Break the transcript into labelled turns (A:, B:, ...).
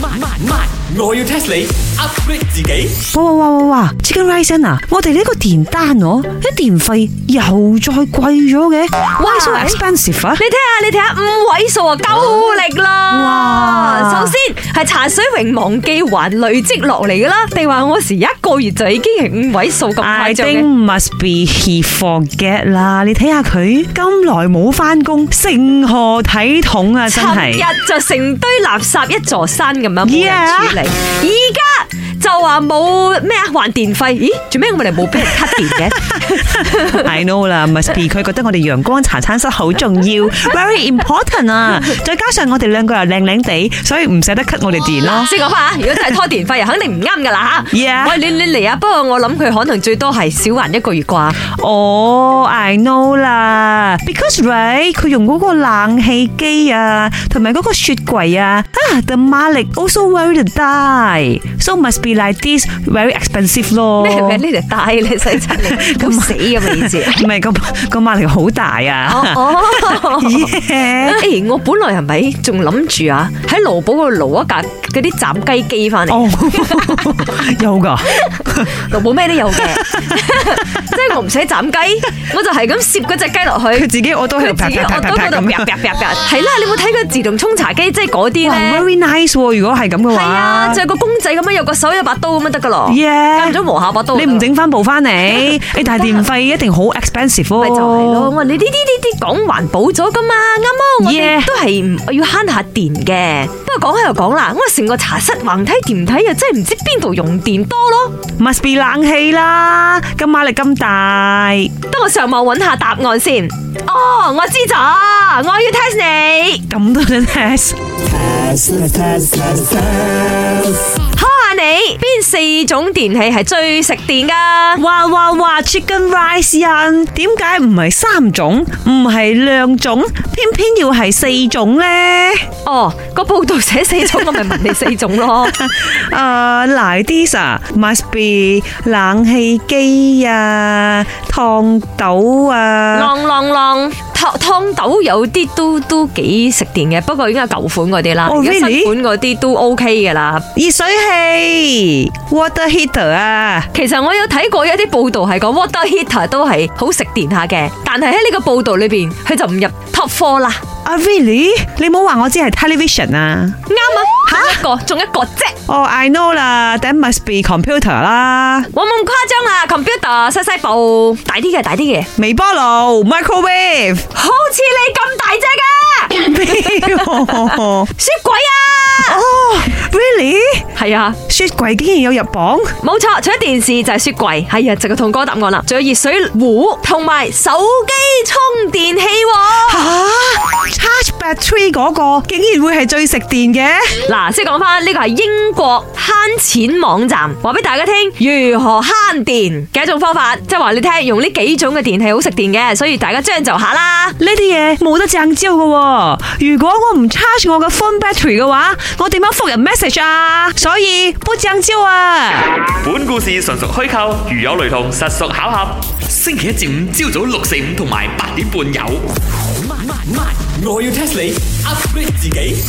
A: 慢慢慢，我要 test 你 upgrade 自己。
B: 哇哇哇哇哇！Chicken Rice Inn 啊，我哋呢個電單喎，啲電費又再貴咗嘅，Why so expensive 啊
C: 你？睇下，你睇下五位數啊，夠力啦！
B: 哇
C: 首先係茶水榮忘記還累積落嚟噶啦，定話我時一個月就已經係五位數咁
B: I
C: 誇張
B: think
C: 嘅。
B: must be he forget 啦！你睇下佢咁耐冇翻工，成何體統啊！真
C: 尋
B: 係
C: 日就成堆垃圾一座山咁樣冇
B: Yeah
C: 人處理，而家就話冇咩啊還電費？咦，做咩我哋冇俾人 cut 電 嘅？
B: I know 啦，must be 佢覺得我哋陽光茶餐室好重要，very important 啊！再加上我哋兩個又靚靚地，所以唔捨得 cut 我哋電咯。
C: 先講翻嚇，如果真係拖電費，啊肯定唔啱噶啦嚇。
B: Yeah
C: 喂，你你嚟啊！不過我諗佢可能最多係少還一個月啩。
B: 哦、i know 啦，because right 佢用嗰個冷氣機啊，同埋嗰個雪櫃啊，啊 the Malik also very die，so must be like this very expensive 咯。
C: 咩咩呢條帶你使出嚟
B: 啊
C: 咁死嘅位置。
B: 唔係個個馬力好大
C: 哦
B: 啊！
C: 哦。
B: Yeah
C: 誒，我本來係咪仲諗住啊，喺勞保嗰度勞一架嗰啲斬雞機翻嚟，
B: 哦，有噶，
C: 勞保咩都有 嘅，即係我唔使斬雞，我就係咁攝嗰只雞落
B: 佢
C: 去，
B: 自己我都喺
C: 佢
B: 度
C: 自
B: 啪
C: 己
B: 啪啪啪
C: 我都
B: 啪
C: 嗰度
B: 咁
C: 啪
B: 樣。
C: 啪啪啪，係啦，你有冇睇過自動沖茶機，即係嗰啲
B: 哇
C: 咧？
B: ，very nice 喎！如果係咁嘅
C: 係
B: 話，
C: 啊，就係個公仔咁樣，有個手有把刀咁樣得噶咯，
B: Yeah
C: 間咗磨下把刀。
B: 你唔整翻部翻嚟， 誒，但係電費一定好 expensive 喎。
C: 咪就係
B: 哦
C: 咯，我話你呢啲呢啲講環保咗噶嘛，啱啱我
B: Yeah
C: 哋都係唔要慳下電嘅。不過講開又講啦，我成個茶室橫睇掂睇又真係唔知邊度用電多咯。
B: must be 冷氣啦，咁馬力咁大，
C: 等我上網揾下答案先。哦，我知咗，我要 test 你，
B: 咁都得 test。
C: 考下你邊四種電器係最食電噶？
B: 哇哇哇，Chicken Rice 印，點解唔係三種，唔係兩種，偏偏要係四種呢？
C: 哦，個報道寫四種，我咪問你四種咯。
B: 誒、嚟啲啊，must be 冷氣機啊，燙斗啊，
C: 啷啷啷，湯湯豆有啲都都幾食電嘅，不過應該係舊款嗰啲啦，
B: Oh,
C: 而家新
B: really？
C: 款嗰啲都 OK 嘅啦。
B: 熱水器，water heater à. 啊。
C: 其實我有睇過一啲報道係講 water heater 都係好食電下嘅，但係喺呢個報道裏邊，佢就唔入 top four 啦。
B: 啊 À, really？你冇話我知係 television 啊？
C: 啱啊，仲一個，仲一個啫，
B: 哦、i know 啦，that must be computer 啦。
C: 冇咁誇張啊！computer 細細部，大啲嘅，大啲嘅，
B: 微波爐、microwave，
C: 好似你咁大隻 嘅
B: 咩哦
C: 雪櫃啊！
B: ，really？
C: 係啊，
B: 雪櫃竟然有入榜，
C: 冇錯，除咗電視就係雪櫃，係啊，就個同哥答案啦，仲有熱水壺同埋手機充電器喎。
B: 吓、c h a r g e battery 嗰個竟然會係最食電嘅，
C: 嗱，先講翻呢個係英國慳錢網站，話俾大家聽如何慳電嘅一種方法，即係話你聽用呢幾種嘅電器好食電嘅，所以大家將就下啦。
B: 呢啲嘢冇得掙招嘅喎。如果我唔 charge 我嘅 phone battery 嘅話，我點樣覆人 message 啊？所以不掙招啊！
D: 本故事純屬虛構，如有雷同，實屬巧合。
A: 星期一至五朝早六四五同埋八點半有。慢慢慢，我要 test 你 upgrade 自己。